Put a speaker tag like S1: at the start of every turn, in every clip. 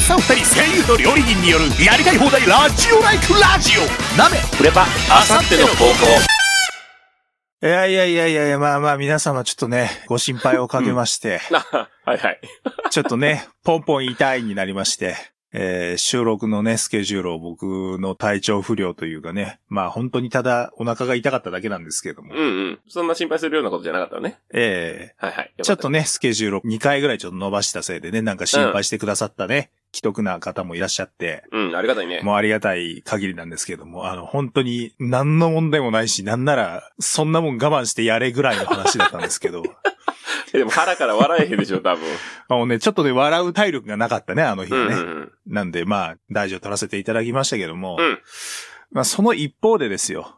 S1: さん2人声優と料理人によるやりたい放題ラジオライクラジオなめ
S2: フレパあさっての方向
S3: いやいやいやいやいや、まあまあ皆様ちょっとね、ご心配をかけまして、
S2: はいはい
S3: ちょっとね、ポンポン痛いになりまして、えー収録のね、スケジュールを僕の体調不良というかね、まあ本当にただお腹が痛かっただけなんですけれども
S2: う、んうんそんな心配するようなことじゃなかったのね
S3: え
S2: はいはい
S3: ーちょっと
S2: ね
S3: ね、スケジュールを2回ぐらいちょっと伸ばしたせいでね、なんか心配してくださったね、既得な方もいらっしゃって、
S2: うんありがたいね
S3: もうありがたい限りなんですけれども、あの、本当に何の問題もないし、なんなら、そんなもん我慢してやれぐらいの話だったんですけど、
S2: え でも腹から笑えへんでしょ多分
S3: あのね、ちょっとね、笑う体力がなかったね、あの日
S2: うん
S3: は
S2: う
S3: ね。
S2: ん
S3: なんで、まあ、大事を取らせていただきましたけども、
S2: うん
S3: まあ、その一方でですよ。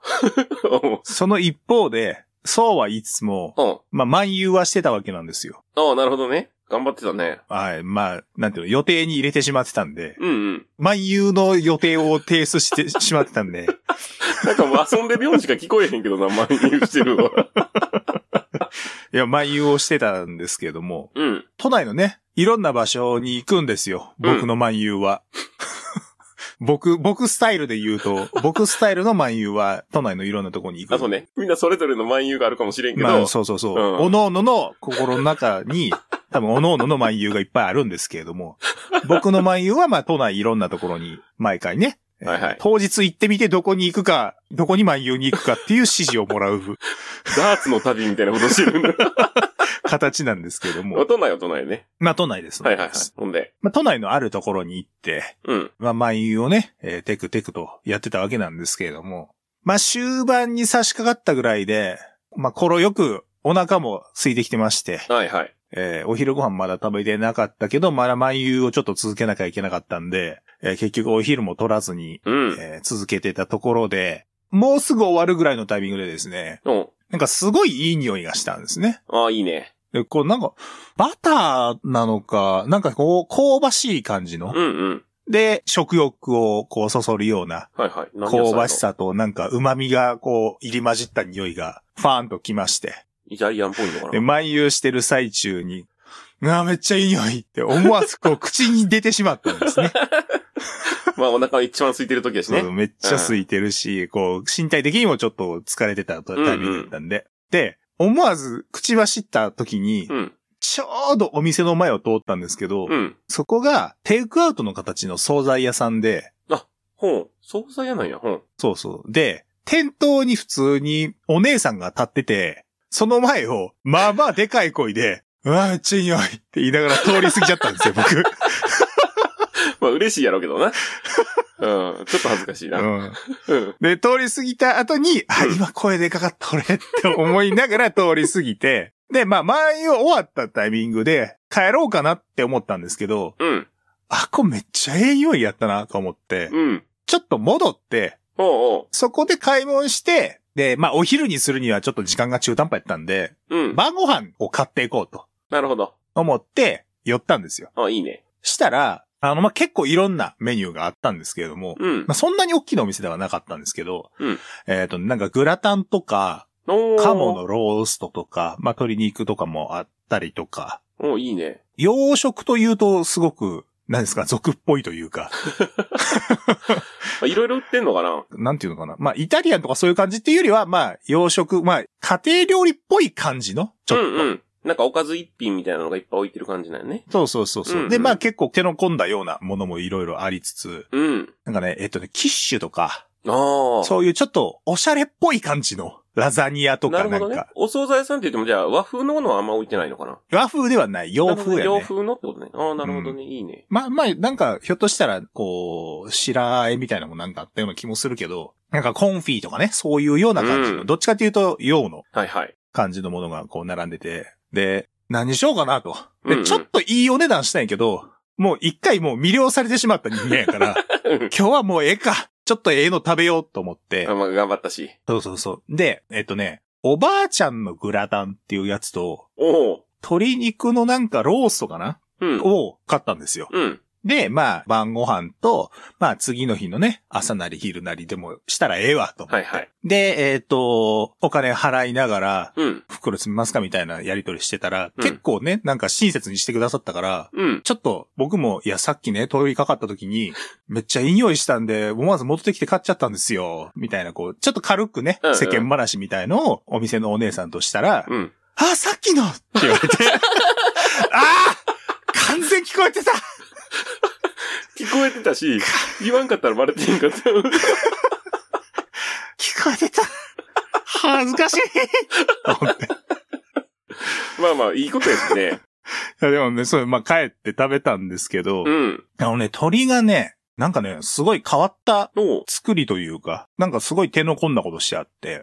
S2: うん
S3: その一方で、そうは言いつつも、
S2: おう
S3: まあ、漫遊はしてたわけなんですよ。
S2: おうなるほどね頑張ってたね
S3: はい、まあ、なんていうの、予定に入れてしまってたんで、
S2: うんうん
S3: 漫遊の予定を提出してしまってたんで、
S2: なんかもう遊んでるようにしか聞こえへんけどな漫遊してる わ
S3: いや、漫遊をしてたんですけども、
S2: うん
S3: 都内のね、いろんな場所に行くんですよ。
S2: うん
S3: 僕の漫遊は。 僕、僕スタイルで言う と、僕スタイルの漫遊は、都内のいろんなとこに行く。
S2: あそうねみんなそれぞれの漫遊があるかもしれんけど、
S3: まあ、そうそうそう。
S2: うん
S3: おのおのの心の中 に、多分、おのおのの漫遊がいっぱいあるんですけれども、僕の漫遊は、まあ、都内いろんなところに、毎回ね、えー
S2: はいはい
S3: 当日行ってみてどこに行くか、どこに漫遊に行くかっていう指示をもらう
S2: ダーツの旅みたいなことしてるんだ。
S3: 形なんですけれど も、
S2: 大なよ、大人よね。
S3: まあ、都内です。
S2: はいはいはい。ほんで。
S3: まあ、都内のあるところに行って、
S2: うん。
S3: まあ、漫遊をね、えーテクテクとやってたわけなんですけれども、まあ、終盤に差し掛かったぐらいで、まあ、頃よくお腹も空いてきてまして、
S2: はいはい。
S3: えーお昼ご飯まだ食べてなかったけど、まだ漫遊をちょっと続けなきゃいけなかったんで、えー結局お昼も取らずに、
S2: うん。
S3: えー続けてたところで、もうすぐ終わるぐらいのタイミングでですね、
S2: うん。
S3: なんかすごいいい匂いがしたんですね。
S2: ああ、いいね。
S3: で、こうなんか、バターなのか、なんかこう、香ばしい感じの
S2: う。んうん。
S3: で、食欲をこうそそるような、
S2: はいはい。何
S3: 香ばし。さとなんか旨味がこう入り混じった匂いが、ファーンときまして。
S2: イタリアンっぽいのか
S3: で、
S2: な。
S3: 漫遊してる最中に、ああ、めっちゃいい匂いって思わずこう口に出てしまったん ですね。
S2: まあ、お腹が一番空いてる時やし
S3: そ
S2: ね
S3: う。めっちゃ空いてるし、こう、身体的にもちょっと疲れてたタ
S2: んうん
S3: イミングだったんで。で、思わず口走った時に
S2: う、ん。
S3: ちょうどお店の前を通ったんですけど、
S2: うん。
S3: そこがテイクアウトの形の惣菜屋さんで、
S2: ほん。惣菜やなんや、ほん。
S3: そうそう。で、店頭に普通にお姉さんが立ってて、その前を、まあまあでかい声で、うわ、めっちゃいい匂いって言いながら通り過ぎちゃったんですよ、 僕。
S2: まあ、嬉しいやろうけどな。 うん。ちょっと恥ずかしいな。うん。
S3: うんで、通り過ぎた後に、あ、
S2: うん
S3: 今声でかかった俺って思いながら通り過ぎて、で、まあ、満員を終わったタイミングで帰ろうかなって思ったんですけど、
S2: うん。
S3: あ、これめっちゃええ匂いやったなと思って、
S2: うん。
S3: ちょっと戻って、
S2: おう
S3: そこで買い物して、で、まあ、お昼にするにはちょっと時間が中途半端やったんで、
S2: おう。うん。
S3: 晩ご飯を買っていこうと
S2: なるほど。
S3: 思って、寄ったんですよ。
S2: あいいね。
S3: したら、あの、まあ、結構いろんなメニューがあったんですけれども、
S2: うん
S3: まあ、。そんなに大きなお店ではなかったんですけど、
S2: うん
S3: えっ、と、なんかグラタンとか、
S2: おー
S3: 鴨。のローストとか、まあ、鶏肉とかもあったりとか、
S2: おういいね。
S3: 洋食というとすごく、なんですか、俗っぽいというか、
S2: あいろいろ売ってんのかな
S3: なんていうのかな。まあ、イタリアンとかそういう感じっていうよりは、まあ、洋食、まあ、家庭料理っぽい感じの、ちょっと。
S2: うんうん。なんかおかず一品みたいなのがいっぱい置いてる感じなんよね。
S3: そうそうそうそう。
S2: うんうん
S3: で、まあ、結構手の込んだようなものもいろいろありつつ、
S2: うん。
S3: なんかね、えっとね、キッシュとか、
S2: ああ。
S3: そういうちょっとおしゃれっぽい感じのラザニアと
S2: な
S3: か
S2: る
S3: な
S2: ほ
S3: んか、
S2: どね。お惣菜屋さんって言っても、じゃあ和風のものはあんま置いてないのかな
S3: 和風ではない、洋風や
S2: な
S3: ね。
S2: るほど洋風のってことね。ああ、なるほどね。いいね。
S3: まあまあ、なんか、ひょっとしたら、こう、白あえみたいなのもなんかあったような気もするけど、なんかコンフィとかね、そういうような感じの、
S2: うん
S3: どっちかというと、洋の
S2: はいはい。
S3: 感じのものがこう並んでて、で、何しようかなと。で、
S2: うんうん
S3: ちょっといいお値段したんやけど、もう一回もう魅了されてしまった人間や から、
S2: うん
S3: 今日はもうええか。ちょっとええの食べようと思って
S2: あ。まあ、頑張ったし。
S3: そうそうそう。で、えっとね、おばあちゃんのグラタンっていうやつと、
S2: おお。
S3: 鶏肉のなんかローストかな
S2: うん。
S3: を買ったんですよ。
S2: うん。
S3: で、まあ、晩ご飯と、まあ、次の日のね、朝なり昼なりでもしたらええわと。
S2: はいはい。
S3: で、えっ、と、お金払いながら、
S2: うん。
S3: 袋積みますかみたいなやりとりしてたら、
S2: うん
S3: 結構ね、なんか親切にしてくださったから、
S2: うん。
S3: ちょっと僕も、いや、さっきね、通りかかった時 に、めっちゃいい匂いしたんで、思わず戻ってきて買っちゃったんですよ。みたいな、こう、ちょっと軽くね
S2: うんう、ん
S3: 世間話みたいのをお店のお姉さんとしたら、
S2: うん。
S3: あ、さっきのって言われ て、ああ完全聞こえてた
S2: 聞こえてたし、言わんかったらバレてへんかった。
S3: 聞こえてた恥ずかしい思って
S2: まあまあ、いいことですね。
S3: いやでもね、それ、まあ、帰って食べたんですけど、
S2: うん。
S3: あのね、鳥がね、なんかね、すごい変わった
S2: おう
S3: 作りというか、なんかすごい手の込んだことしてあって、
S2: へえ。
S3: なん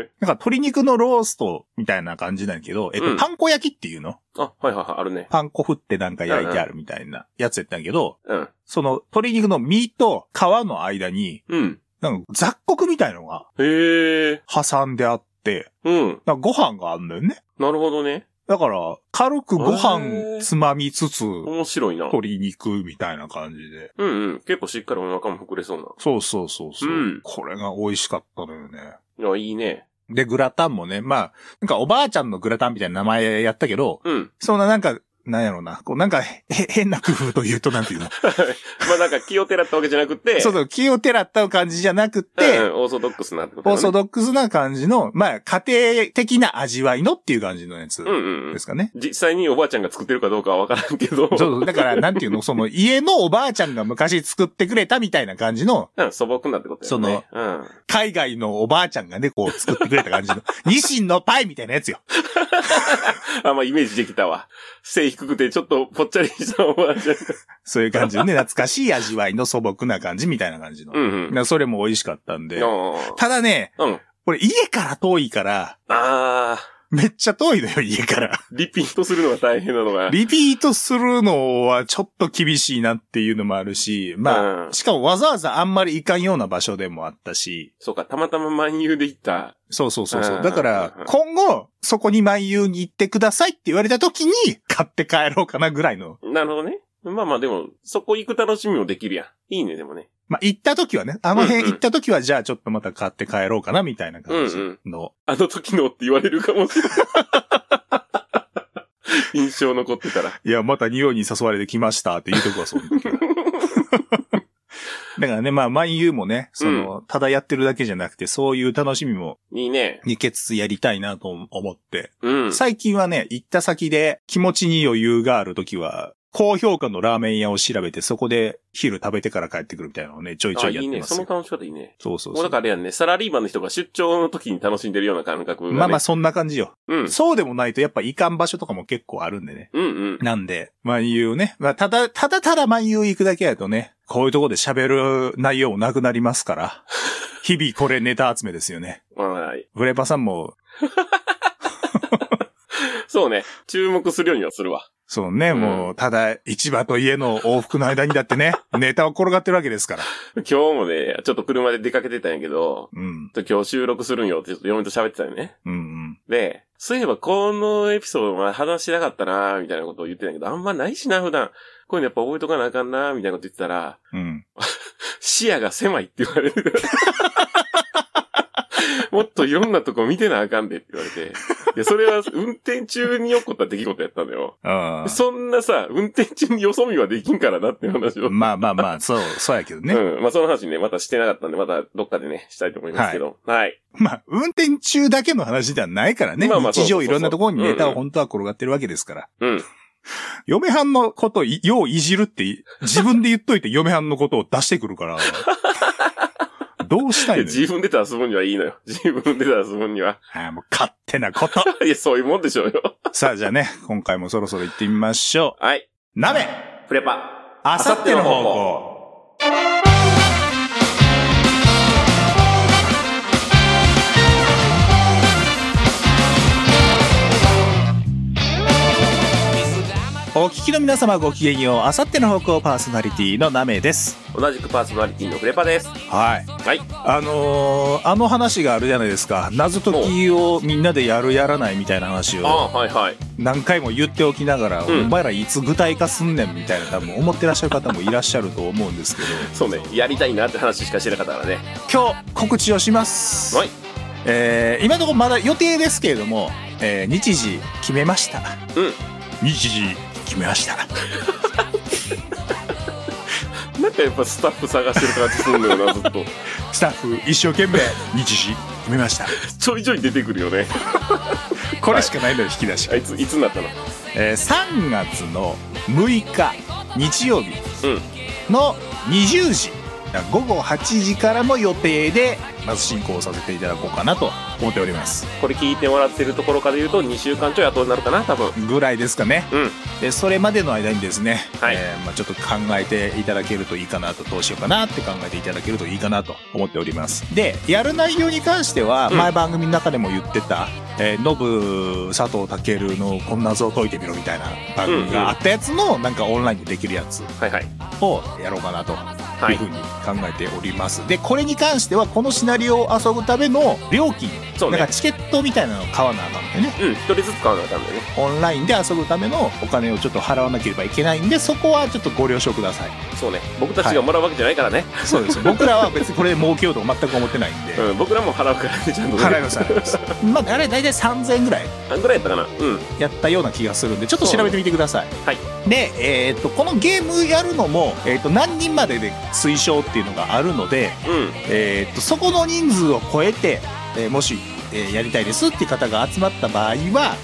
S3: か鶏肉のローストみたいな感じなんやけど、えっと、
S2: うん
S3: パン粉焼きっていうの
S2: あ、はいはいはい、あるね。
S3: パン粉振ってなんか焼いてあるみたいなやつやったんやけど、
S2: うん。
S3: その鶏肉の身と皮の間に、
S2: うん。
S3: なんか雑穀みたいのが
S2: へえ。
S3: 挟んであって、
S2: うん。
S3: なんかご飯があんのよね。
S2: なるほどね。
S3: だから、軽くご
S2: へ
S3: 飯
S2: ー
S3: つまみつつ、
S2: 面白いな。
S3: 鶏肉みたいな感じで。
S2: うんうん。結構しっかりお腹も膨れそう
S3: そうそうそうそう、
S2: うん
S3: これが美味しかったのよね。
S2: な。いや、いいね。
S3: で、グラタンもね、まあ、なんかおばあちゃんのグラタンみたいな名前やったけど、
S2: うん。
S3: そんななんか、なんやろうな、こうなんか、へ、変な工夫というとなん ていうの
S2: まあなんか気をてらったわけじゃなくて、
S3: そうそう、気をてらった感じじゃなくて、
S2: うんうん、オーソドックスなってことだ
S3: オ
S2: ね
S3: ーソドックスな感じの、まあ、家庭的な味わいのっていう感じのやつ
S2: うん
S3: で
S2: うんうん。
S3: すかね。
S2: 実際におばあちゃんが作ってるかどうかはわからんけど。
S3: そうそう、だから、なん ていうの、その家のおばあちゃんが昔作ってくれたみたいな感じの、
S2: うん、素朴なってことだよね。その、
S3: 海外のおばあちゃんがね、こう作ってくれた感 じの、ニシンのパイみたいなやつよ。
S2: うん。あ、まあイメージできたわ。背低くてちょっとぽっちゃりしたおばあち ゃんが。
S3: そういう感じのね、懐かしい味わいの素朴な感じみたいな感じの。
S2: うんうん。
S3: なそれも美味しかったんで。
S2: あ
S3: ただね、
S2: あうん。
S3: これ家から遠いから、
S2: ああ、
S3: めっちゃ遠いのよ、家 から。
S2: リピートするのが大変なのが。
S3: リピートするのはちょっと厳しいなっていうのもあるし、まあ、
S2: うん
S3: しかもわざわざあんまり行かんような場所でもあったし、
S2: そうか、たまたま漫遊で行った。
S3: そうそうそうそうう。
S2: ん
S3: だから
S2: うんうん、
S3: 今後、そこに漫遊に行ってくださいって言われた時に、買って帰ろうかなぐらいの。
S2: なるほどね。まあまあでも、そこ行く楽しみもできるやん。いいね、でもね。
S3: まあ、行った時はね、あの
S2: うん
S3: 辺
S2: うん
S3: 行った時は、じゃあちょっとまた買って帰ろうかな、みたいな感じの。
S2: あの時のって言われるかもしれない。印象残ってたら。
S3: いや、また匂いに誘われてきましたって言うとこはそうだ けど。だからね、まあ、万有もね、その、ただやってるだけじゃなくて、そういう楽しみも、
S2: いいね。
S3: にけつつやりたいなと思って。
S2: うん。
S3: 最近はね、行った先で気持ちに余裕があるときは、高評価のラーメン屋を調べて、そこで昼食べてから帰ってくるみたいなのをね、ちょいち
S2: あ、
S3: ょ
S2: い
S3: いやっ
S2: い
S3: て
S2: ね。
S3: ます
S2: そ
S3: よ。
S2: の楽しかったいいね。
S3: そうそう
S2: も
S3: そ
S2: うだ
S3: う。
S2: からあれやんね、サラリーマンの人が出張の時に楽しんでるような感覚が、ね。
S3: まあまあ、そんな感じよ。
S2: うん。
S3: そうでもないと、やっぱ行かん場所とかも結構あるんでね。
S2: うんうん。
S3: なんで、万有ね。まあ、ただ、ただただ万有行くだけやとね、こういうとこで喋る内容もなくなります から、日々これネタ集めですよね。
S2: まあ、
S3: ブレパさんも、
S2: そうね。注目するようにはするわ。
S3: そうね、
S2: うん
S3: もう、ただ、市場と家の往復の間にだって ね、ネタを転がってるわけですから。
S2: 今日もね、ちょっと車で出かけてたんやけど、
S3: うん、
S2: ちょっと今日収録するんよってちょっと嫁と喋ってたよね。
S3: うん、うん。
S2: で、そういえばこのエピソードは話しなかったなーみたいなことを言ってたんやけど、あんまないしな、普段。こういうのやっぱ覚えとかなあかんなーみたいなこと言ってたら、
S3: うん。
S2: 視野が狭いって言われる。もっといろんなとこ見てなあかんでって言われて。いや、それは運転中に起こった出来事やったのよ。
S3: あ
S2: そんなさ、運転中によそ見はできんからなっていう話
S3: あ
S2: を。
S3: まあまあまあ、そう、そうやけどね。
S2: うん。まあ、その話ね、またしてなかったんで、またどっかでね、したいと思いますけど。はい。
S3: まあ、運転中だけの話ではないからね。
S2: まあまあ
S3: 日
S2: そうそ
S3: 常
S2: うそう
S3: いろんなところにネタ
S2: うん
S3: を
S2: うん
S3: 本当は転がってるわけですから。
S2: うん。
S3: 嫁はんのことをい、よういじるってい、自分で言っといて嫁はんのことを出してくる から。どうしたいのよ
S2: 自分で出す分にはいいのよ。 自分で出す分には。
S3: ああもう勝手なこと。
S2: いや、そういうもんでしょうよ。
S3: さあじゃあね、今回もそろそろ行ってみましょ
S2: はい。
S3: う。鍋
S2: プレパ。
S3: あさっての方向。
S1: お聞きの皆様ごきげんよう。あさっての方向パーソナリティのナメです。
S2: 同じくパーソナリティのフレパです。
S1: はい。
S2: はい。
S1: あのーあの話があるじゃないですか。謎解きをみんなでやるやらないみたいな話
S2: あ
S1: を
S2: あ、はいはい。
S1: 何回も言っておきながら、
S2: うん
S1: お前らいつ具体化すんねんみたいな多分思ってらっしゃる方もいらっしゃると思うんですけど、
S2: そうね、やりたいなって話しかしてなかったからね。
S1: 今日告知をします。
S2: はい。
S1: えー今のところまだ予定ですけれども、えー日時決めました。うん。日時決めました。
S2: なんかやっぱスタッフ探してる感じするんだよな、ずっと。
S1: スタッフ一生懸命日時決めました。
S2: ちょいちょい出てくるよね。
S1: これしかないのよ引き出し
S2: あ。いつ、いつになったの
S1: えー3月の6日日曜日
S2: うん。
S1: の20時午後8時からの予定でまず進行させていただこうかなと思っております
S2: これ聞いてもらってるところから言うと、2週間ちょい後になるかな、多分。
S1: ぐらいですかね
S2: うん。
S1: でそれまでの間にですね、
S2: はい
S1: えーまあ、ちょっと考えていただけるといいかなとどうしようかなって考えていただけるといいかなと思っておりますでやる内容に関しては
S2: うん
S1: 前番組の中でも言ってた「えーノブ佐藤健のこんな謎を解いてみろ」みたいな番組があったやつのなんかオンラインでできるやつ
S2: はいはい。
S1: をやろうかなと
S2: は
S1: いう
S2: い
S1: ふう。に考えております、でこれに関してはこのシナリオを遊ぶための料金、
S2: そう
S1: なんか
S2: ね。
S1: チケットみたいなのを買わなあかんのでね
S2: うん。一人ずつ買わなあかんだよね。
S1: オンラインで遊ぶためのお金をちょっと払わなければいけないんでそこはちょっとご了承くだ さい
S2: そうね。僕たちがもらうわけじゃないからね。
S1: そうです僕らは別にこれで儲けようとか全く思ってないんで、
S2: うん。僕らも払うからね、ちゃんとね。
S1: 払います払い ますまああれ大体3000円ぐらい
S2: あんぐらいやったかな。うん。
S1: やったような気がするんでちょっと調べてみてください、
S2: はい
S1: で、えーっとこのゲームやるのも、えーっと何人までで推奨っていうのがあるので、
S2: うん。
S1: えーっとそこの人数を超えて、えーもし、えーやりたいですっていう方が集まった場合は、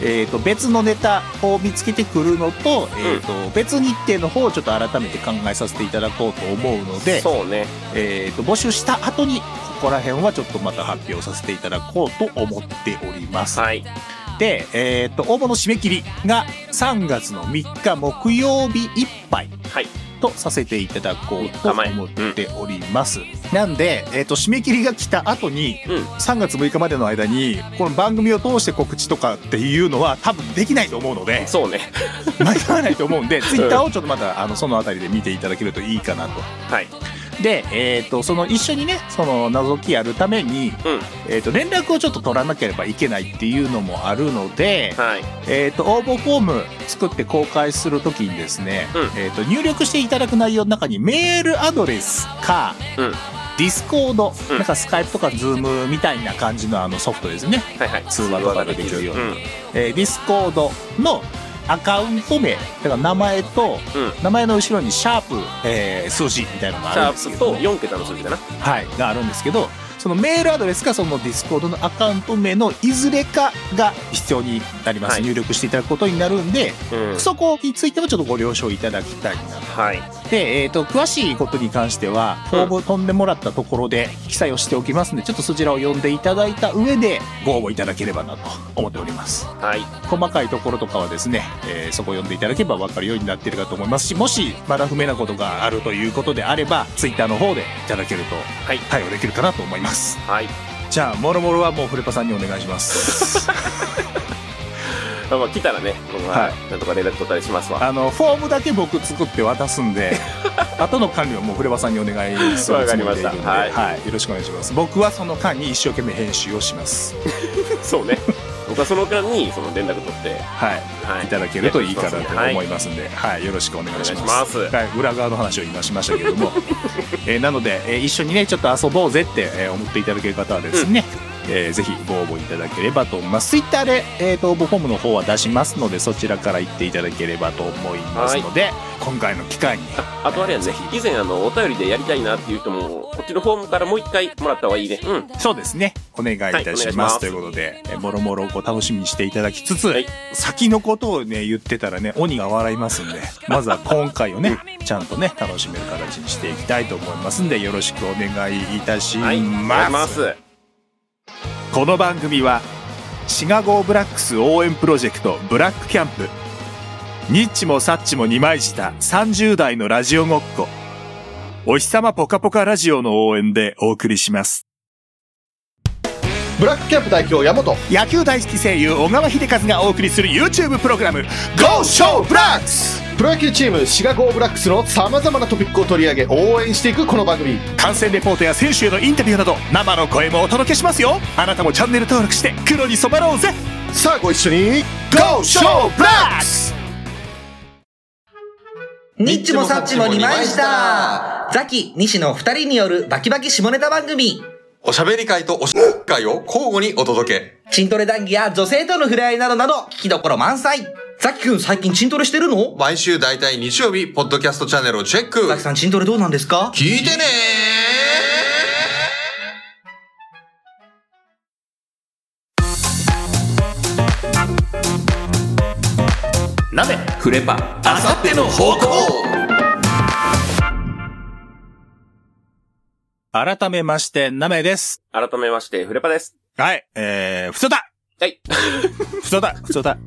S1: えーっと別のネタを見つけてくるのと,、えーっと別日程の方をちょっと改めて考えさせていただこうと思うので、
S2: そうね。
S1: えーっと募集した後にここら辺はちょっとまた発表させていただこうと思っております。
S2: はい。
S1: で、えーっと応募の締め切りが3月の3日木曜日いっぱい。
S2: はい。
S1: とさせていただこうと思っております。なんで、えっ、と、締め切りが来た後に、
S2: うん。
S1: 3月6日までの間に、この番組を通して告知とかっていうのは多分できないと思うので、
S2: そうね。
S1: 間に合わないと思うんで、ツイッターをちょっとまた、あの、そのあたりで見ていただけるといいかなと。
S2: はい。
S1: で、えっ、と、その一緒にね、その謎解きやるために、
S2: うん。
S1: えっ、と、連絡をちょっと取らなければいけないっていうのもあるので、
S2: はい。
S1: えっ、と、応募フォーム作って公開するときにですね、
S2: う
S1: えっ、と、入力していただく内容の中にメールアドレスか、
S2: うん
S1: ディスコード、
S2: うん
S1: なんかスカイプとかズームみたいな感じのあのソフトですね。
S2: はいはい。
S1: 通話とかができるように
S2: ん。
S1: えーディスコードのアカウント名、だから名前と、
S2: うん
S1: 名前の後ろにシャープ、えー数字みたいなのが
S2: シ
S1: ある
S2: ャ
S1: んです
S2: ー
S1: け
S2: プ
S1: ど
S2: と
S1: も、
S2: 4桁の数字だな。
S1: はい、があるんですけど、そのメールアドレスかそのディスコードのアカウント名のいずれかが必要になります。
S2: はい
S1: 入力していただくことになるんで、
S2: うん。
S1: そこについてもちょっとご了承いただきたいな
S2: はい。
S1: で、えー、と詳しいことに関しては
S2: う
S1: フ
S2: ん
S1: ォーム飛んでもらったところで記載をしておきますのでちょっとそちらを読んでいただいた上でご応募いただければなと思っております
S2: はい。
S1: 細かいところとかはですね、えーそこを読んでいただければ分かるようになっているかと思いますしもしまだ不明なことがあるということであれば Twitter の方でいただけると
S2: はい。
S1: 対応できるかなと思います
S2: はい。
S1: じゃあもろもろはもうフレパさんにお願いします
S2: まあまあ来たらね、僕
S1: は
S2: は、なんとか連絡取ったりしますわ。
S1: あのフォームだけ僕作って渡すんで 後の管理はもうフレバさんにお願いする
S2: わか
S1: つ
S2: り
S1: も
S2: ま
S1: りでい
S2: し
S1: るん
S2: た
S1: で、
S2: はい
S1: よろしくお願いします僕はその間に一生懸命編集をします
S2: そうね。僕はその間に、その連絡取って、
S1: はい
S2: はい
S1: ただけるといいかなと思い
S2: ま
S1: ますんで、はいよろしくお願いします
S2: お願いし
S1: はい、裏側の話を今しましたけれど も、えーなので、えー一緒にねちょっと遊ぼうぜって、えー思っていただける方はですね、えーぜひご応募いただければと思います。ツイッターで、えー、と応募フォームの方は出しますので、そちらから行っていただければと思いますので、今回の機会に、
S2: あとあれやね
S1: ぜひ、
S2: 以前あの、お便りでやりたいなっていう人も、こっちのフォームからもう一回もらった方がいいね。うん。
S1: そうですね。お願いいたします。
S2: はいお願いします
S1: ということで、えもろもろこう楽しみにしていただきつつ、
S2: はい
S1: 先のことをね、言ってたらね、鬼が笑いますんで、 まずは今回をね、ちゃんとね、楽しめる形にしていきたいと思いますんで、よろしくお願いいたします。
S2: はい。お願いします。
S1: この番組は、シガゴーブラックス応援プロジェクトブラックキャンプ、ニッチもサッチも二枚舌30代のラジオごっこ、お日様ポカポカラジオの応援でお送りします。
S4: ブラックキャンプ代表、山本。
S1: 野球大好き声優小川秀和がお送りする YouTube プログラム
S4: GO SHOW ブラックスプロ野球チーム、シガゴーブラックスの様々なトピックを取り上げ、応援していくこの番組。
S1: 観戦レポートや選手へのインタビューなど生の声もお届けしますよあなたもチャンネル登録して黒に染まろうぜ
S4: さあ、ご一緒に、GO SHOW ブラックス
S5: ニッチもサッチも2枚したザキ、西野二人によるバキバキ下ネタ番組
S6: おしゃべり会とおしゃべり会を交互にお届け。
S5: チントレ談義や女性との触れ合いなどなど聞きどころ満載ザキくん最近チントレしてるの
S6: 毎週大体日曜日、ポッドキャストチャンネルをチェック。
S5: ザキさんチントレどうなんですか
S6: 聞いてね
S1: 鍋
S6: ーフレパ、あさっての方向
S3: 改めまして、ナメです。
S2: 改めまして、フレパです。
S3: はい。えー、ふとた
S2: はい。
S3: ふとたふとた。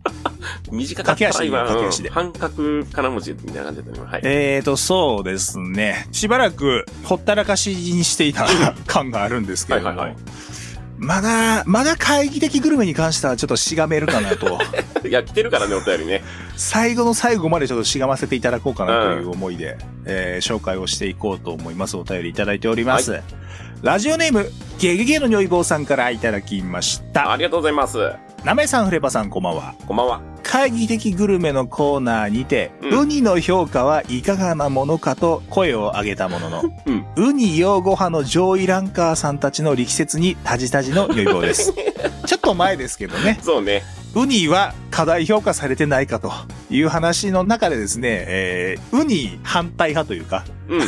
S2: 短かっ
S3: 駆け
S2: た
S3: 足
S2: 今、
S3: 駆け
S2: うん
S3: 足で
S2: 半角金持ちみたいな感じだったね。はい。
S3: えーと、そうですね。しばらく、ほったらかしにしていた感があるんですけれども。
S2: はいはいはい
S3: まだ、まだ会議的グルメに関してはちょっとしがめるかな と。
S2: いや、来てるからね、お便りね。
S3: 最後の最後までちょっとしがませていただこうかなという思いで、えー紹介をしていこうと思います。お便りいただいております。ラジオネーム、ゲゲゲの如意棒さんからいただきまし
S2: あ
S3: た。
S2: りがとうございます。
S3: なめさん、フレパさん、こんばんは。
S2: こんばんは。
S3: 会議的グルメのコーナーにて、
S2: うん
S3: ウニの評価はいかがなものかと声を上げたものの、
S2: うん
S3: ウニ用ご飯の上位ランカーさんたちの力説にタジタジの如意棒 です。ちょっと前ですけどね、
S2: そうね。
S3: ウニは過大評価されてないかという話の中でですね、えーウニ反対派というか、
S2: うん。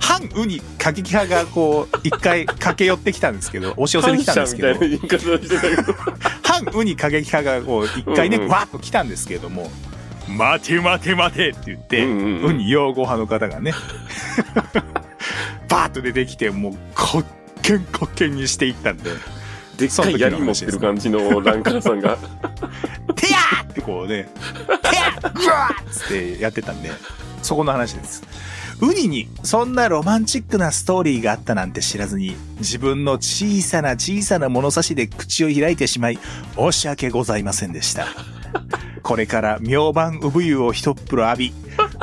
S3: 反ウニ過激派がこう、一回駆け寄ってきたんですけど、押し寄せ
S2: 感
S3: てきたん
S2: 謝
S3: です
S2: み
S3: け
S2: たい
S3: ど
S2: な、言い方してたけど。
S3: 反ウニ過激派がこう一回ね
S2: うんうん
S3: わーっと来たんですけども「待て待て待て」って言って、
S2: うんうんうん
S3: ウニ擁護派の方が ねバーッと出てきてもうこっけんこっけんにしていったんで「
S2: でっかい槍持ってる感じのランカーさんが。
S3: てやー!」ってこうね「てやーぐわー!」っつってやってたんでそこの話です。ウニにそんなロマンチックなストーリーがあったなんて知らずに自分の小さな小さな物差しで口を開いてしまい申し訳ございませんでした。これから明晩産湯を一っ風呂浴び、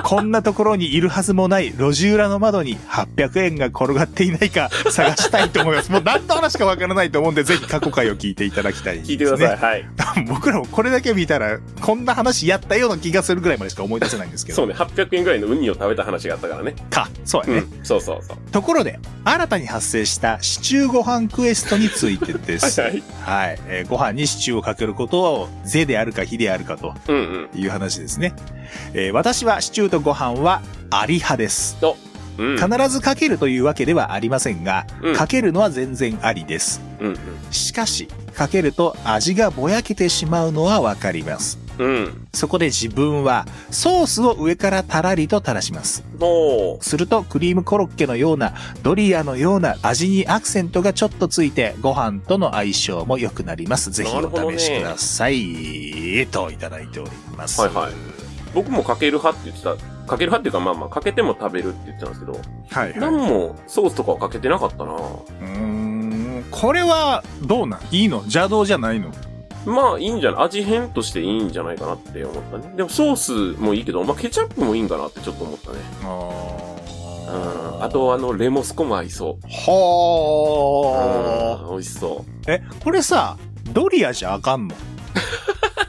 S3: こんなところにいるはずもない路地裏の窓に800円が転がっていないか探したいと思います。もう何の話かわからないと思うんで、ぜひ過去回を聞いていただきたい、
S2: 聞いてください。。はい。
S3: 僕らもこれだけ見たら、こんな話やったような気がするぐらいまでしか思い出せないんですけど。
S2: そうね、800円ぐらいのウニを食べた話があったからね。
S3: か。そうや
S2: う
S3: ね。
S2: ん。そうそうそう。
S3: ところで、新たに発生したシチューご飯クエストについてです。
S2: はいはい。
S3: はい、えーご飯にシチューをかけることを、ぜであるかひであるかと
S2: うんうん。
S3: いう話ですね。えー私はシチューとご飯はアリ派です。
S2: うん。
S3: 必ずかけるというわけではありませんが、
S2: うん
S3: かけるのは全然ありです。
S2: うん
S3: しかし、かけると味がぼやけてしまうのはわかります。
S2: うん。うん。
S3: そこで自分はソースを上からたらりと垂らします。
S2: も
S3: するとクリームコロッケのようなドリアのような味にアクセントがちょっとついてご飯との相性も良くなります。ぜひ
S2: なるほど
S3: お
S2: ね
S3: 試しください。といただいております。
S2: う。はいはい。僕もかける派って言ってた。かける派っていうかまあまあ、かけても食べるって言ってたんですけど、
S3: はいはい
S2: 何もソースとかはかけてなかったな。
S3: うーんこれはどうなんいいの邪道じゃないの
S2: まあいいんじゃない味変としていいんじゃないかなって思ったね。でもソースもいいけど、まあケチャップもいいんかなってちょっと思ったね。うん。あとあの、レモスコも合いそう。
S3: はあ、
S2: うん美味しそ
S3: え、これさ、ドリアじゃあかんの
S2: う。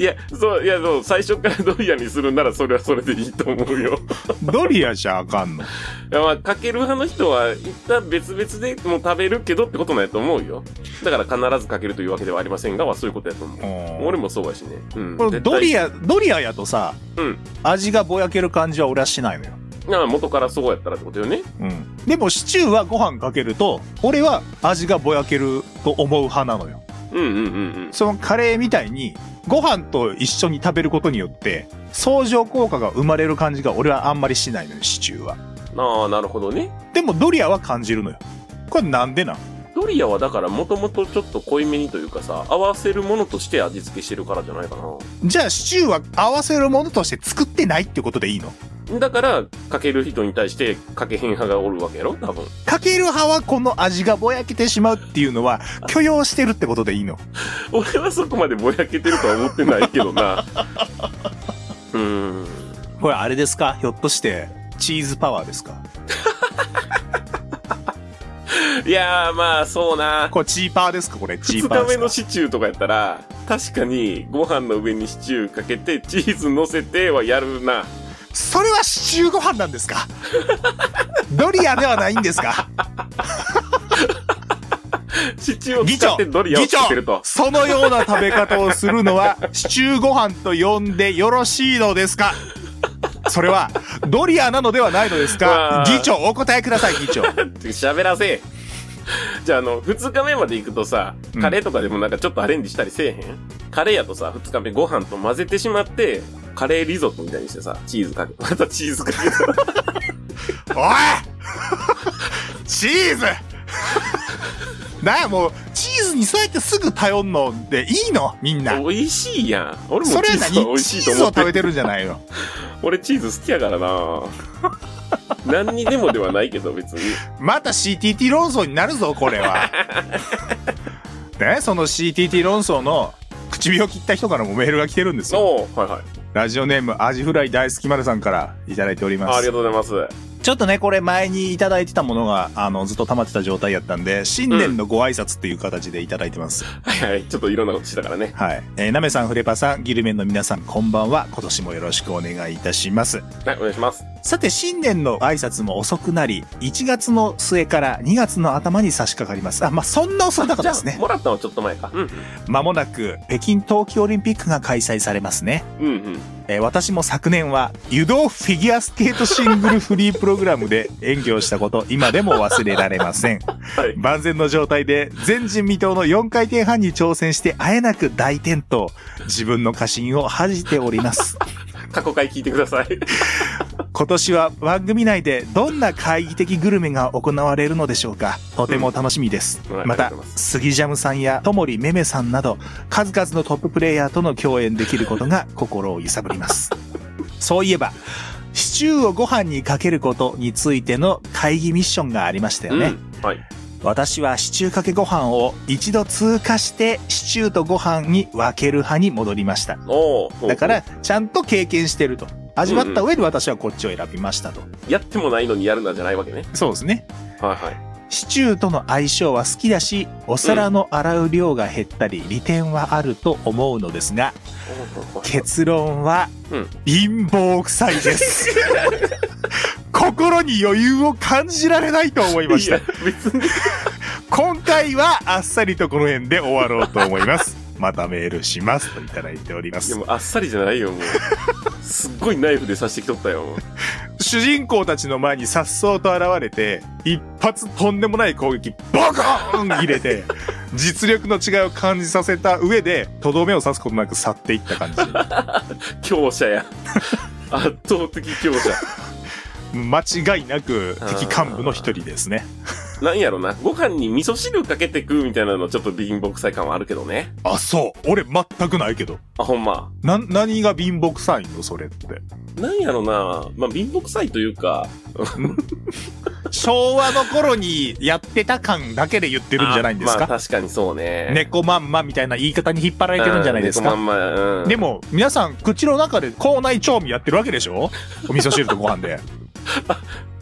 S2: いや、そう、いや、そう、最初からドリアにするならそれはそれでいいと思うよ。
S3: ドリアじゃあかんの
S2: いやまあ、かける派の人は、一旦別々でもう食べるけどってことなんやと思うよ。だから必ずかけるというわけではありませんが、はそういうことやと思う。俺もそうやしね。うん。
S3: これドリ
S2: ア
S3: ア、ドリアやとさ、
S2: うん
S3: 味がぼやける感じは俺はしないのよ。
S2: 元からそうやったらってことよね。
S3: うん、でもシチューはご飯かけると俺は味がぼやけると思う派なのよ
S2: うんうんうんうん。
S3: そのカレーみたいにご飯と一緒に食べることによって相乗効果が生まれる感じが俺はあんまりしないのよシチューは
S2: ああ、なるほどね。
S3: でもドリアは感じるのよこれなんでなん
S2: ドリアはだからもともとちょっと濃いめにというかさ、合わせるものとして味付けしてるからじゃないか
S1: じゃあシチューは合わせるものとして作ってないってことでいいの
S2: な。だから、かける人に対してかけへん派がおるわけやろ多分。
S1: かける派はこの味がぼやけてしまうっていうのは許容してるってことでいいの
S2: 俺はそこまでぼやけてるとは思ってないけどな。うーん。
S3: これあれですかひょっとして、チーズパワーですか
S2: いやー、まあ、そうな。
S1: これチーパーですかこれチ
S2: 二
S1: ーパー
S2: 日
S1: で
S2: 目
S1: すか
S2: のシチューとかやったら、確かにご飯の上にシチューかけて、チーズ乗せてはやるな。
S1: それはシチューご飯なんです かドリアではないんですか
S2: シチューを
S1: 議
S2: 使っ
S1: 長
S2: てドリアを
S1: 議長
S2: 作ってると。
S1: そのような食べ方をするのはシチューご飯と呼んでよろしいのですかそれはドリアなのではないのです
S2: わ
S1: か
S2: あ
S1: 議長お答えください議長
S2: 喋らせえじゃあ、あの、二日目まで行くとさ、
S1: うん
S2: カレーとかでもなんかちょっとアレンジしたりせえへん、カレーやとさ、二日目ご飯と混ぜてしまって、カレーリゾットみたいにしてさ、チーズかけ、 またチーズかけた。
S1: おいチーズなあもうチーズにそうやってすぐ頼んのでいいのみんな
S2: 美味しいやん。俺もチ
S1: それ
S2: ーズは美
S1: 何
S2: 味
S1: チ
S2: しい
S1: ー
S2: と
S1: ズを
S2: 思って
S1: 食べてるんじゃないの
S2: 俺チーズ好きやからな 何にでもではないけど別に。
S1: また CTT 論争になるぞこれ はねその CTT 論争の唇を切った人からもメールが来てるんですよ
S2: おうはいはい。
S1: ラジオネームアジフライ大好き丸さんからいただいており
S2: あ
S1: ま
S2: あ
S1: す
S2: りがとうございます。
S3: ちょっとね、これ前にいただいてたものが、あの、ずっと溜まってた状態やったんで、新年のご挨拶っていう形でいただいてます。
S2: はいはい。ちょっといろんなことしたからね。
S3: はい。えー、なめさん、フレパさん、ギルメンの皆さん、こんばんは。今年もよろしくお願いいたします。
S2: はい、お願いします。
S3: さて、新年の挨拶も遅くなり、1月の末から2月の頭に差し掛かります。あ、まあ、そんな遅くなかっ
S2: じ
S3: た
S2: ゃ
S3: です
S2: あ、
S3: ね。
S2: もらったのはちょっと前か。うん。
S3: まもなく、北京冬季オリンピックが開催されますね。
S2: うんうん。
S3: えー私も昨年は湯道フィギュアスケートシングルフリープログラムで演技をしたこと今でも忘れられません、
S2: い
S3: 万全の状態で前人未到の4回転半に挑戦してあえなく大転倒自分の過信を恥じており ます
S2: 過去回聞いてください。
S3: 今年は番組内でどんな懐疑的グルメが行われるのでしょうかとても楽しみです、
S2: うんはい
S3: ま
S2: あ
S3: た
S2: りがとうございま
S3: 杉ジャムさんやともりめめさんなど数々のトッププレイヤーとの共演できることが心を揺さぶります そういえばシチューをご飯にかけることについての会議ミッションがありましたよね、
S2: うん。はい。
S3: 私はシチューかけご飯を一度通過してシチューとご飯に分ける派に戻りました
S2: おお。
S3: だから、ちゃんと経験してると。味わった上で私はこっちを選びましたと。
S2: やってもないのにやるなんじゃないわけね。
S3: そうですね。
S2: はいはい。
S3: シチューとの相性は好きだし、お皿の洗う量が減ったり、利点はあると思うのですが、
S2: おう
S3: 結論は
S2: うん、
S3: 貧乏臭い です。心に余裕を感じられないと思いまし
S2: いや
S3: た。、
S2: 別に。
S3: 今回はあっさりとこの辺で終わろうと思います。 またメールしますといただいておりま
S2: いや、
S3: す
S2: も。うあっさりじゃないよ、もう。すっごいナイフで刺してきとったよ。
S3: 主人公たちの前に颯爽と現れて、一発とんでもない攻撃、バカーン入れて、 実力の違いを感じさせた上で、とどめを刺すことなく去っていった感じ。
S2: 強者や。圧倒的強者。
S3: 間違いなく敵幹部の一人ですね。
S2: なんやろな。ご飯に味噌汁かけて食うみたいなのちょっと貧乏臭い感はあるけどね。
S3: あ、そう。俺全くないけど。
S2: あ、ほんま。
S3: な、何が貧乏臭いのそれって。
S2: なんやろな。まあ、貧乏臭いというか。
S3: 昭和の頃にやってた感だけで言ってるんじゃないんです
S2: あ
S3: か、
S2: まあ、確かにそうね。
S3: 猫まんまみたいな言い方に引っ張られてるんじゃないですか
S2: う、ん猫まんま、うん。
S3: でも、皆さん、口の中で口内調味やってるわけでしょお味噌汁とご飯 で。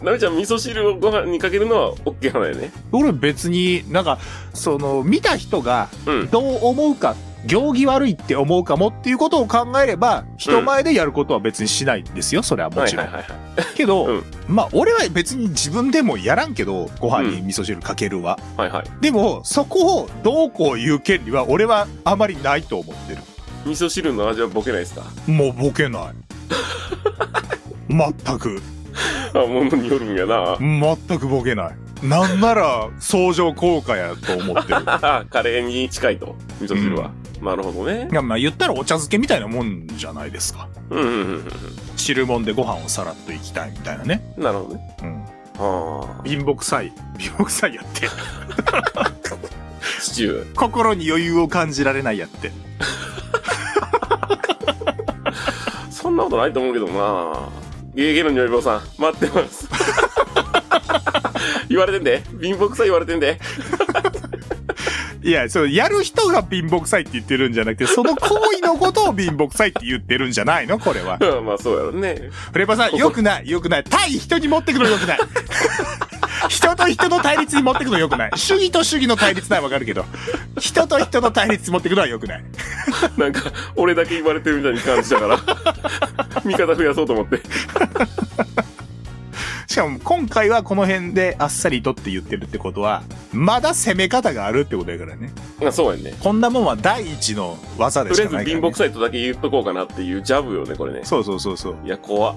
S2: なべちゃん、味噌汁をご飯にかけるのは OK なのよね。
S3: 俺別になんか、その、見た人が
S2: うん。
S3: どう思うか、行儀悪いって思うかもっていうことを考えれば、人前でやることは別にしないんですよ、それはも
S2: はい
S3: ちろ
S2: はい
S3: ん。
S2: はいはい。
S3: けど、
S2: うん
S3: まあ俺は別に自分でもやらんけど、ご飯に
S2: う
S3: 味噌汁かけるは。
S2: はいはい。
S3: でも、そこをどうこう言う権利は俺はあまりないと思ってる。
S2: 味噌汁の味はボケないですか
S3: もうボケない。全く。
S2: あ、ものによるんやな。
S3: 全くボケないなんなら相乗効果やと思 ってる
S2: カレーに近いと。味噌汁は。なるほどね
S3: い。やまあ言ったらお茶漬けみたいなもんじゃないですか
S2: うんうんうん
S3: 汁もんでご飯をさらっといきたいみたいなね
S2: うん。なるほどね。
S3: うん
S2: あ
S3: 貧乏くさい貧乏くさいやって
S2: あ。シチュー。
S3: 心に余裕を感じられないやって
S2: そんなことないと思うけどな。ゲーゲーの尿病さん、待ってます。 言われてんで。貧乏くさい言われてんで。
S3: いやそうやる人が貧乏くさいって言ってるんじゃなくてその行為のことを貧乏くさいって言ってるんじゃないのこれは
S2: うんまあそうやろね。
S3: フレパさんよくないよくない対人に持ってくのよくない人と人の対立に持ってくのよくない主義と主義の対立ならわかるけど人と人の対立に持ってくのはよくない
S2: なんか、俺だけ言われてるみたいに感じたから。 味方増やそうと思って。
S3: しかも今回はこの辺であっさりとって言ってるってことはまだ攻め方があるってことやからね
S2: まあそうやんね。
S3: こんなもんは第一の技で
S2: とり
S3: し
S2: あえ
S3: か
S2: ず
S3: ないから、ね、
S2: 貧乏くさいとだけ言っとこうかなっていうジャブよね、これね。
S3: そうそうそうそう
S2: いや、怖っ。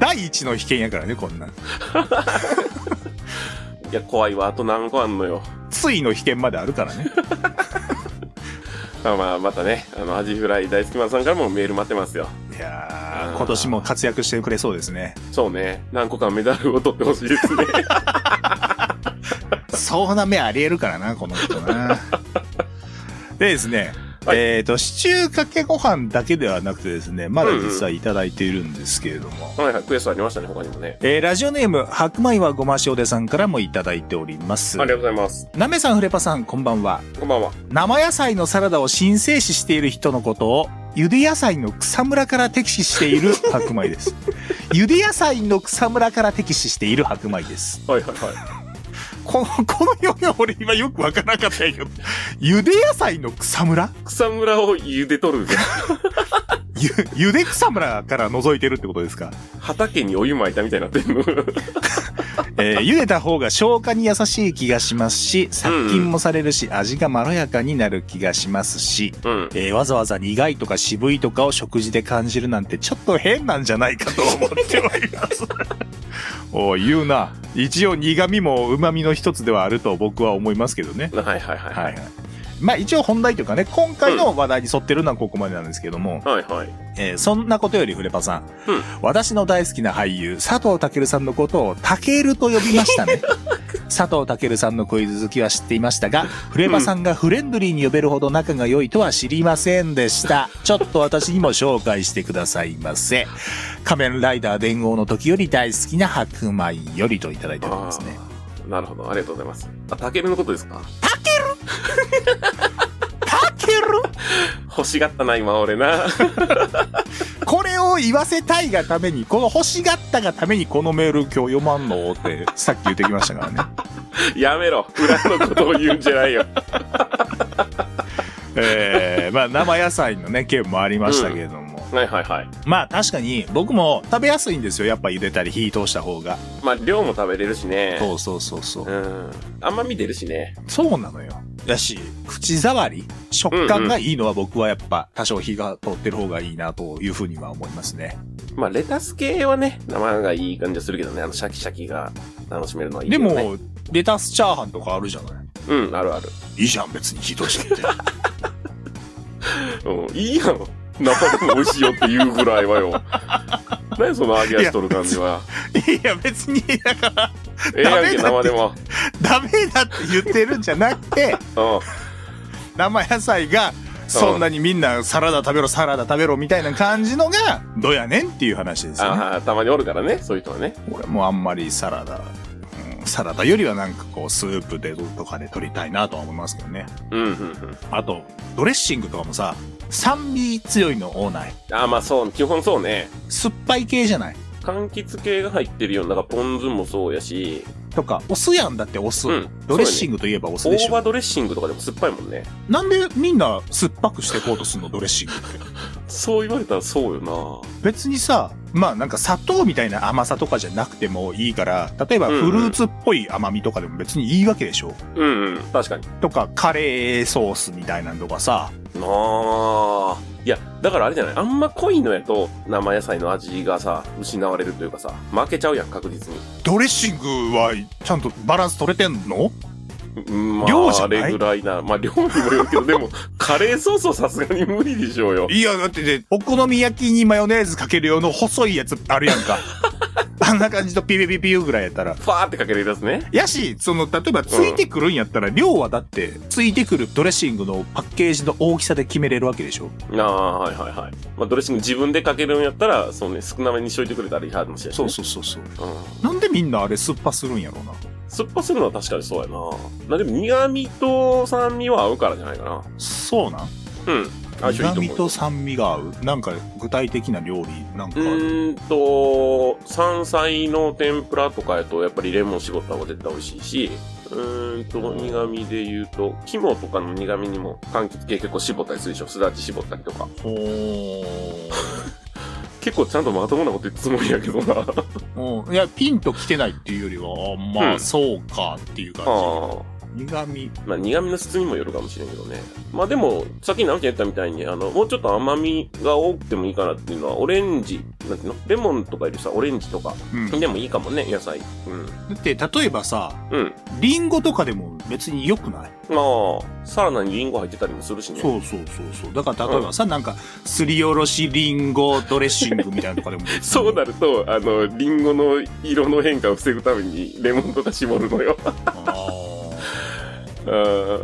S3: 第一の危険やからねこんなん
S2: いや、怖いわ。あと何個あんのよ。
S3: ついの危険まであるからね
S2: まあまあ、またね、あの、アジフライ大好きマンさんからもメール待ってますよ。
S3: いやー今年も活躍してくれそうですね
S2: そうね。何個かメダルを取ってほしいですね。
S3: そんな目ありえるからなこの人 なでですね、
S2: はい
S3: えっ、とシチューかけご飯だけではなくてですねまだ実はいただいているんですけれども、
S2: はいはい、クエストありましたね、他にもね。
S3: えーラジオネーム、白米はごま塩でさんからもいただいておりま
S2: あ
S3: す
S2: りが。とうございます。
S3: なめさん、フレパさん、こんばんは。
S2: こんばんは。
S3: 生野菜のサラダを神聖視している人のことを、ゆで野菜の草むらから敵視している白米 です。ゆで野菜の草むらから敵視している白米です。
S2: はいはいは
S3: この、 このように俺今よくわからなかったんやけど、ゆで野菜の草むら
S2: い。草むらを茹でとる。
S3: ゆ、ゆで草むらから覗いてるってことですか
S2: 畑にお湯撒いたみたいになってるの。
S3: えー茹でた方が消化に優しい気がしますし、殺菌もされるし、味がまろやかになる気がしますし、
S2: うん。
S3: えーわざわざ苦いとか渋いとかを食事で感じるなんてちょっと変なんじゃないかと思ってはいます。おい、言うな。一応苦味も旨味の一つではあると僕は思いますけどね。
S2: はいはいはい。
S3: はいはい。まあ一応本題というかね、今回の話題に沿ってるのはここまでなんですけども、
S2: はいはい。
S3: えーそんなことよりフレパさん、
S2: うん
S3: 私の大好きな俳優佐藤健さんのことを「タケル」と呼びました ね佐藤健さんのクイズ好きは知っていましたがフレパさんがフレンドリーに呼べるほど仲が良いとは知りませんでしたちょっと私にも紹介してくださいませ仮面ライダー伝言の時より大好きな白米よりといただいており
S2: あ
S3: ますね
S2: ーなるほど。ありがとうございます。あ、タケルのことですか
S3: タケル
S2: 欲しがったな、今俺な。
S3: これを言わせたいがためにこの欲しがったがためにこのメール今日読まんの ってさっき言ってきましたからね
S2: やめろ。裏のことを言うんじゃないよ。
S3: えーまあ生野菜のね件もありましたけれども、
S2: はいはいはい。
S3: まあ確かに僕も食べやすいんですよやっぱ茹でたり火通した方が、
S2: まあ、量も食べれるしね。。
S3: そうそうそうそううん
S2: 甘み出るしね。
S3: そうなのよだし口触り食感がいいのは僕はやっぱ多少火が通ってる方がいいなというふうには思いますね
S2: まあ、レタス系はね、生がいい感じはするけどね、あの、シャキシャキが楽しめるのはいい
S3: で
S2: けどね。
S3: もレタスチャーハンとかあるじゃない
S2: うん、あるある。
S3: いいじゃん別に火通してみて
S2: うん、いいやろ。生でも美味しいよって言うぐらいはよ。 何その揚げ足取る感じは。
S3: いや別にだから
S2: ええやんけ、
S3: ダメだ
S2: 生
S3: って
S2: でも。
S3: ダメだって言ってるんじゃなくて
S2: う
S3: 生野菜がそんなにみんなサラダ食べろサラダ食べろみたいな感じのがどやねんっていう話です
S2: ん。
S3: よね
S2: ああ、たまにおるからね、そういう人はね。
S3: 俺もあんまりサラダ、うんサラダよりはなんかこうスープでとかで取りたいなとは思いますけどね
S2: うん、うん、うん。
S3: あとドレッシングとかもさ酸味強いの多ない
S2: ああ、まあそう、基本そうね。
S3: 酸っぱい系じゃない
S2: 柑橘系が入ってるような、だからポン酢もそうやし、
S3: とかお酢やんだってお酢、
S2: うん
S3: ドレッシングといえばお酢で
S2: 大
S3: し
S2: 葉
S3: ょ
S2: ドレッシングとかでも酸っぱいもんね。
S3: なんでみんな酸っぱくしてこうとするのドレッシングって
S2: そう言われたらそうよ
S3: 別にさまあなんか砂糖みたいな甘さとかじゃなくてもいいから例えば
S2: うんう
S3: フ
S2: ん
S3: ルーツっぽい甘みとかでも別にいいわけでしょ、
S2: な。うん、うん、確かに。
S3: とかカレーソースみたいなのとかさ
S2: なあ。いや、だからあれじゃないあんま濃いのやと、生野菜の味がさ、失われるというかさ、負けちゃうやん、確実に。
S3: ドレッシングはちゃんとバランス取れてんの
S2: うんまあ、
S3: 量じゃない
S2: あれぐらいな。まあ、量にもよるけど、でも、カレーソースはさすがに無理でしょうよ。
S3: いやだってねお好み焼きにマヨネーズかける用の細いやつあるやんか
S1: あんな感じとピュピュピュピュぐらいやったら。
S2: ファーってかけれるやつね。
S1: やし、その、例えばついてくるんやったら、量はだって、ついてくるドレッシングのパッケージの大きさで決めれるわけでしょ。
S2: ああ、はいはいはい。まあ、ドレッシング自分でかけるんやったら、そうね、少なめにしといてくれたらいいはずもしれない、ね。
S1: そうそうそうそう。
S2: う。うん。
S1: なんでみんなあれ酸っぱするんやろうな。
S2: 酸っぱするのは確かにそうやな。まあ、でも苦味と酸味は合うからじゃないかな。
S1: そうなん
S2: うん。相性い
S1: 苦味
S2: いと思うよ。
S1: と酸味が合う。なんか、具体的な料理、なんか
S2: う
S1: ある、
S2: ーんと、山菜の天ぷらとかやと、やっぱりレモン絞った方が絶対美味しいし、うーんと、苦味で言うと、肝とかの苦味にも、柑橘系結構絞ったりするでしょ。すだち絞ったりとか。
S1: ほ
S2: 結構ちゃんとまともなこと言ってつもりやけどな。あ
S1: ーうん。いや、ピンと来てないっていうよりは、あま
S2: う
S1: あ、
S2: ん
S1: そうかっていう感
S2: あ。
S1: じ。苦味。
S2: まあ、苦味の質にもよるかもしれんけどね。まあでも、さっき直樹が言ったみたいに、あの、もうちょっと甘みが多くてもいいかなっていうのは、オレンジ、なんていうのレモンとかよりさ、オレンジとか。
S1: うん。
S2: でもいいかもね、野菜。
S1: だって、例えばさ、
S2: うん。うん。
S1: リンゴとかでも別に良くない
S2: まあ、サラダにリンゴ入ってたりもするしね。。
S1: そうそうそうそう。だから例えばさ、なんか、すりおろしリンゴドレッシングみたいなのとかでも
S2: そうなると、あの、リンゴの色の変化を防ぐために、レモンとか絞る のよ。
S1: あー。
S2: うん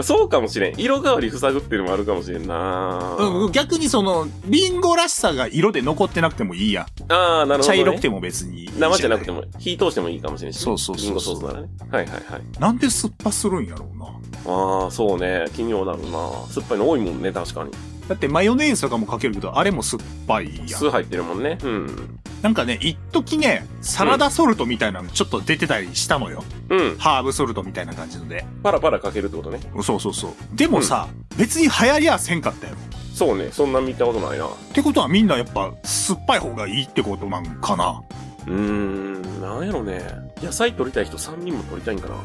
S2: そうかもしれん。色変わり塞ぐっていうのもあるかもしれんな。
S1: うん逆にその、リンゴらしさが色で残ってなくてもいいやん。
S2: ああ、なるほど、
S1: 茶
S2: ね。
S1: 色くても別にいいん
S2: 生じゃなくて
S1: も。
S2: も、火通してもいいかもしれんし。
S1: そうそうそうそう
S2: リンゴソースならね。はいはいはい。
S1: なんで酸っぱするんやろうな。
S2: ああ、そうね。気にはなるな。酸っぱいの多いもんね、確かに。
S1: だってマヨネーズとかもかけるけど、あれも酸っぱいやん。
S2: 酢入ってるもんね。うん。
S1: なんかね、一時ね、サラダソルトみたいなのちょっと出てたりしたのよ。
S2: うん。
S1: ハーブソルトみたいな感じので。
S2: パラパラかけるってことね。
S1: そうそうそう。でもさ、別に流行りはせんかったよ。
S2: そうね。そんな見たことないな。う
S1: ってことはみんなやっぱ酸っぱい方がいいってことなんかな
S2: ーん。なんやろね。野菜取りたい人3人も取りたいんかな。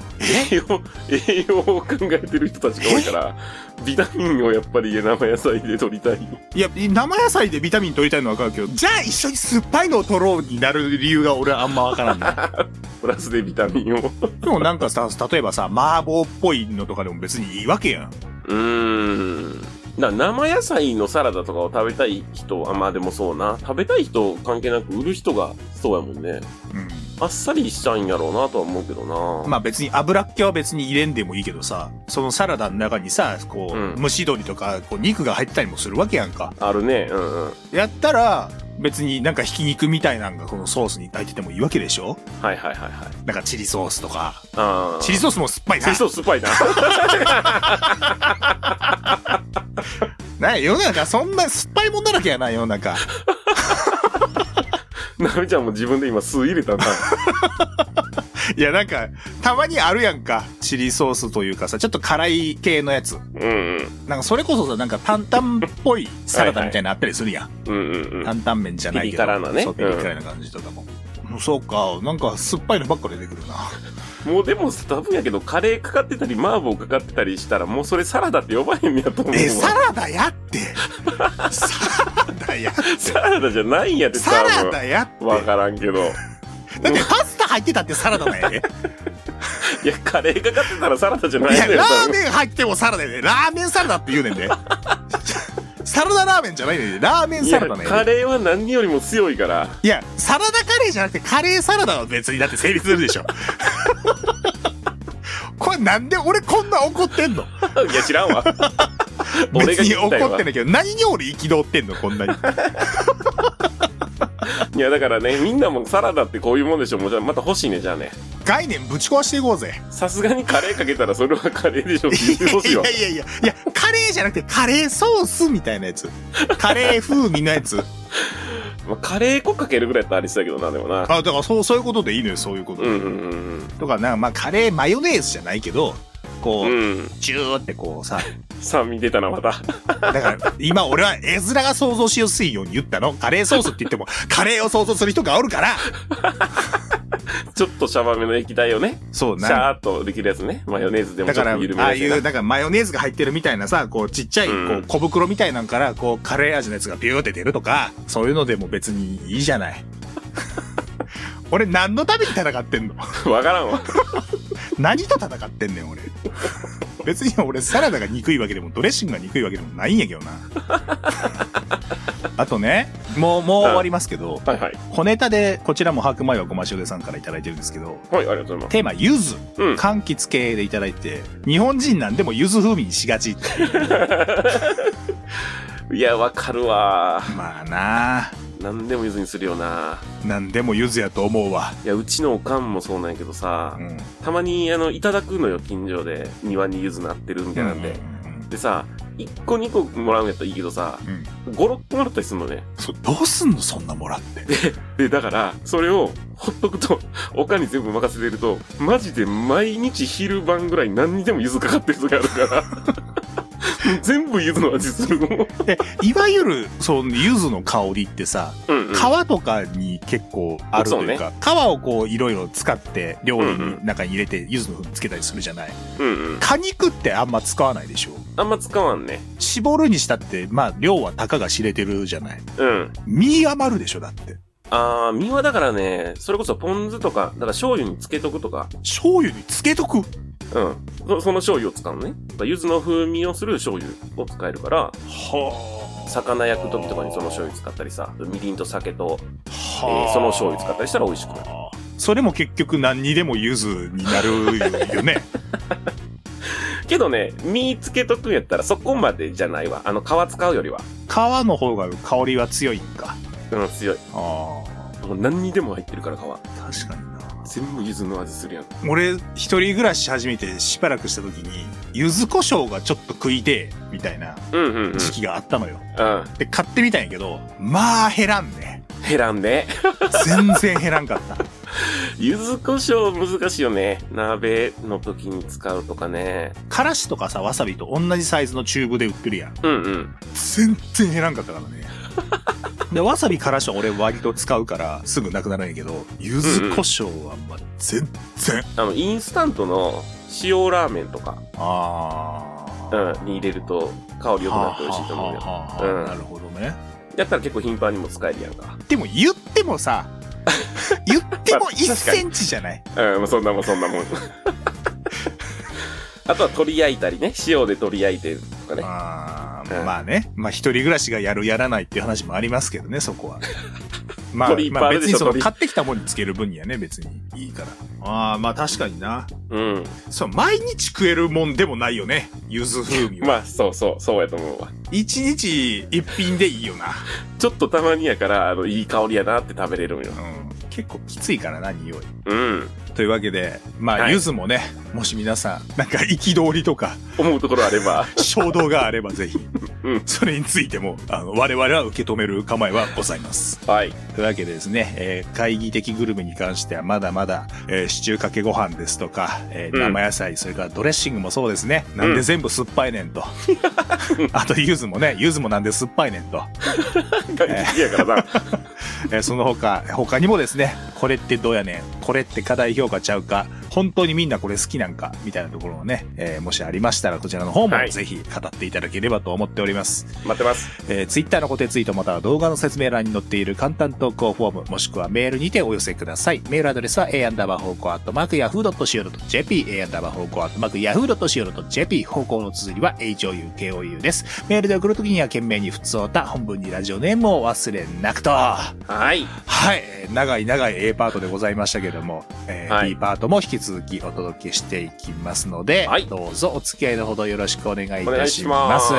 S2: 栄養、栄養を考えてる人たちが多 いから、ビタミンをやっぱり生野菜で取りたい。
S1: いや生野菜でビタミン取りたいのは分かるけどじゃあ一緒に酸っぱいのを取ろうになる理由が俺はあんま分からん な
S2: プラスでビタミンを。う
S1: でもなんかさ例えばさ麻婆っぽいのとかでも別にいいわけやん
S2: ーん。だから生野菜のサラダとかを食べたい人は、まあでもそうな。食べたい人関係なく売る人がそうやもんね。
S1: う
S2: あっさりしちゃうんやろうなとは思うけどな。
S1: んまあ別に油っ気は別に入れんでもいいけどさそのサラダの中にさこう、
S2: うん
S1: 蒸し鶏とかこう肉が入ったりもするわけやんか
S2: あるね。うんうん。
S1: やったら別になんかひき肉みたいなんがこのソースに入っててもいいわけでしょ
S2: はいはいはいはい。
S1: なんかチリソースとか
S2: あー
S1: チリソースも酸っぱい
S2: チ
S1: な
S2: リソース酸っぱいな。
S1: な世の中そんな酸っぱいもんだらけやな世の 中
S2: なみちゃんも自分で今酢入れたんだ。
S1: いやなんかたまにあるやんかチリソースというかさちょっと辛い系のやつ
S2: うん
S1: なんかそれこそさなんか担々っぽいサラダみたいなのあったりするやん
S2: うん。うんうんうん。
S1: 担々麺じゃないけど
S2: ピリ辛なね
S1: そうピリ辛な感じとかも、うんそうかなんか酸っぱいのばっかり出てくるな
S2: もうでも多分やけど、カレーかかってたり、麻婆かかってたりしたら、もうそれサラダって呼ばへんやと思うわ。
S1: えサラダやってサラダや
S2: サラダじゃないんやって
S1: サラ
S2: 多
S1: ダやって
S2: 分わからんけど。
S1: だってパスタ入ってたってサラダ なんやで
S2: いや、カレーかかってたらサラダじゃな
S1: い
S2: いん
S1: や
S2: だよ
S1: ラ。ーメン入ってもサラダやでラーメンサラダって言うねんでサラダラーメンじゃないねんでラーメン
S2: い
S1: サ
S2: や、
S1: ラダなんやで
S2: カレーは何よりも強いから。
S1: いや、サラダカレーじゃなくてカレーサラダは別にだって成立するでしょ。 これなんで俺こんな怒ってんの
S2: いや、知ら んわ。俺
S1: 別
S2: が聞
S1: に
S2: きたいわ
S1: 怒ってないけど、何に俺憤ってんのこんなに。
S2: いや、だからね、みんなもサラダってこういうもんでしょ。もうじゃあまた欲しいね、じゃあね。
S1: 概念ぶち壊していこうぜ。
S2: さすがにカレーかけたらそれはカレーでしょって言ってほし
S1: い
S2: いわ
S1: や。いやいや、いや、カレーじゃなくてカレーソースみたいなやつ。カレー風味のやつ。
S2: まあ、カレー粉かけるぐらいやったらありそうやけどな、でもな。
S1: あ、だからそう、そういうことでいいのよ、そういうこと
S2: う
S1: で。
S2: んうんうん
S1: とか、なんかまあカレーマヨネーズじゃないけど、こ
S2: う
S1: う、
S2: ん。うん。
S1: ジューってこうさ、
S2: 酸味出たな、また。
S1: だから、今俺は絵面が想像しやすいように言ったの。カレーソースって言っても、カレーを想像する人がおるから。
S2: ちょっとシャバめの液体をね、
S1: そう
S2: シャ
S1: な。
S2: ーっとできるやつね。マヨネーズでも
S1: だ
S2: ちょ
S1: から、
S2: っと
S1: あ
S2: 緩めの
S1: あ
S2: やつ
S1: い
S2: ね
S1: う、なんかマヨネーズが入ってるみたいなさ、こう、ちっちゃい、こ
S2: うん
S1: う、小袋みたいなんから、こう、カ レー味のやつがビューって出るとか、そういうのでも別にいいじゃない。
S3: 俺何のために戦ってんの
S2: わからんわ。
S3: 何と戦ってんねん俺別に俺サラダが憎いわけでもドレッシングが憎いわけでもないんやけどなあとねもうもう終わりますけど
S2: はいはい。
S3: 小ネタでこちらも白米はごま塩でさんから頂いいてるんですけど
S2: はい、ありがとうございます。
S3: テーマ柚子
S2: うん。
S3: 柑橘系でいただいて日本人なんでも柚子風味にしがちって
S2: いや、わかるわ。
S3: まあなあ
S2: 何でもゆずにするよな。
S3: 何でも柚子やと思うわ
S2: いや、うちのおかんもそうなんやけどさ、
S3: うん
S2: たまに、あの、いただくのよ、近所で。庭にゆずなってるみたいなんで。でさ、1個2個もらうんやったらいいけどさ、
S3: うん
S2: 5、6個もらったりするのね。
S3: そどうすんのそんなもらって
S2: で、だから、それを、ほっとくと、おかんに全部任せてると、マジで毎日昼晩ぐらい何にでもゆずかかってる時あるから、 全部ゆずの味するの。
S3: でいわゆるその柚子の香りってさ
S2: うん、うん。
S3: 皮とかに結構あるというか、皮をこういろいろ使って料理
S2: うんう
S3: の中に入れて柚子の風味つけたりするじゃない
S2: うんうん。
S3: 果肉ってあんま使わないでしょ
S2: あんま使わんね。
S3: 絞るにしたってまあ量はたかが知れてるじゃない
S2: うん。
S3: 身余るでしょだって
S2: あー、身はだからね、それこそポン酢とか、だから醤油につけとくとか、
S3: 醤油につけとく
S2: うん。そその醤油を使うのね。だから柚子の風味をする醤油を使えるから、
S3: は
S2: 魚焼く時とかにその醤油使ったりさ、みりんと酒と、え
S3: は
S2: ーその醤油使ったりしたら美味しくなる。
S3: それも結局何にでも柚子になるよね
S2: けどね、身つけとくんやったらそこまでじゃないわ。あの、皮使うよりは。
S3: 皮の方が香りは強いんか
S2: うん、強い。
S3: あ
S2: もう何にでも入ってるから皮。
S3: 確かにな
S2: 全部柚子の味するやん。
S3: 俺一人暮らし始めてしばらくした時に柚子胡椒がちょっと食いてえみたいな
S2: うんうんうん。
S3: 時期があったのよ、
S2: うん。
S3: で買ってみたんやけどまあ減らんね
S2: 減らんね。
S3: 全然減らんかった
S2: 柚子胡椒難しいよね。鍋の時に使うとかね。
S3: からしとかさわさびと同じサイズのチューブで売ってるやん
S2: うんうん。
S3: 全然減らんかったからねでわさびからしは俺割と使うからすぐなくなるんやけど柚子胡椒はまあ全然
S2: あの、インスタントの塩ラーメンとか、
S3: ああ
S2: うん、に入れると香り良くなって美味しいと思うよ。うん
S3: なるほど ね
S2: やったら結構頻繁にも使えるやんか。
S3: でも言ってもさ言っても
S2: まあ
S3: 1センチじゃない
S2: うん、まあそんなもんそんなもん。 あとは取り焼いたりね。塩で取り焼いてとかね。
S3: あー
S2: うん
S3: まあね、まあ一人暮らしがやるやらないっていう話もありますけどね、そこ は。まあ、
S2: 鳥いっぱい
S3: まあ
S2: ある
S3: 別に
S2: でしょ
S3: その
S2: 鳥
S3: 買ってきたものにつける分にはね、別にいいから。ああ、まあ確かにな。
S2: うん。
S3: そう、毎日食えるもんでもないよ ね、柚子風味は。
S2: まあ、そうそう、そうやと思うわ。
S3: 一日一品でいいよな。
S2: ちょっとたまにやから、あの、いい香りやなって食べれるんよ。
S3: うん。結構きついからな、匂い。
S2: うん。
S3: というわけで、まあ、
S2: はい
S3: 柚子もね、もし皆さん、なんか憤りとか、
S2: 思うところあれば。
S3: 衝動があればぜひ、
S2: うん
S3: それについても、あの、我々は受け止める構えはございます。
S2: はい。
S3: というわけでですね、えー会議的グルメに関してはまだまだ、えーシチューかけご飯ですとか、えー
S2: うん
S3: 生野菜、それからドレッシングもそうですね。なんで全部酸っぱいねん と。あと、柚子もね、柚子もなんで酸っぱいねんと。
S2: 感激やからな。
S3: えーその他、他にもですね、これってどうやねん、これって課題評価ちゃうか、本当にみんなこれ好きなんか、みたいなところをね、えーもしありましたらこちらの方も
S2: はい
S3: ぜひ語っていただければと思っております。
S2: 待ってます。
S3: えー、ツイッターの固定ツイートまたは動画の説明欄に載っている簡単投稿フォームもしくはメールにてお寄せくださいメールアドレスは a アンダーバー方向アットマーク yahoo.co.jp a アンダーバー方向アットマーク yahoo.co.jp 方向の綴りは houkou ですメールで送るときには懸命に普通歌本文にラジオネームをお忘れなくとは
S2: はい。
S3: いえー長い長い A パートでございましたけども、えー
S2: はい
S3: B パートも引き続きお届けしていきますので、
S2: はい
S3: どうぞお付き合いのほどよろしくお願いい
S2: お願
S3: た
S2: い
S3: し
S2: し
S3: ま
S2: ますす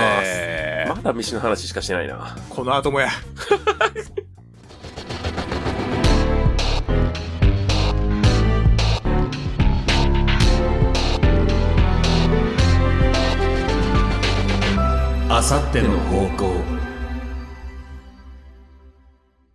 S2: まだ飯の話しかしてないな。
S3: こ の後もや
S7: あさっての方向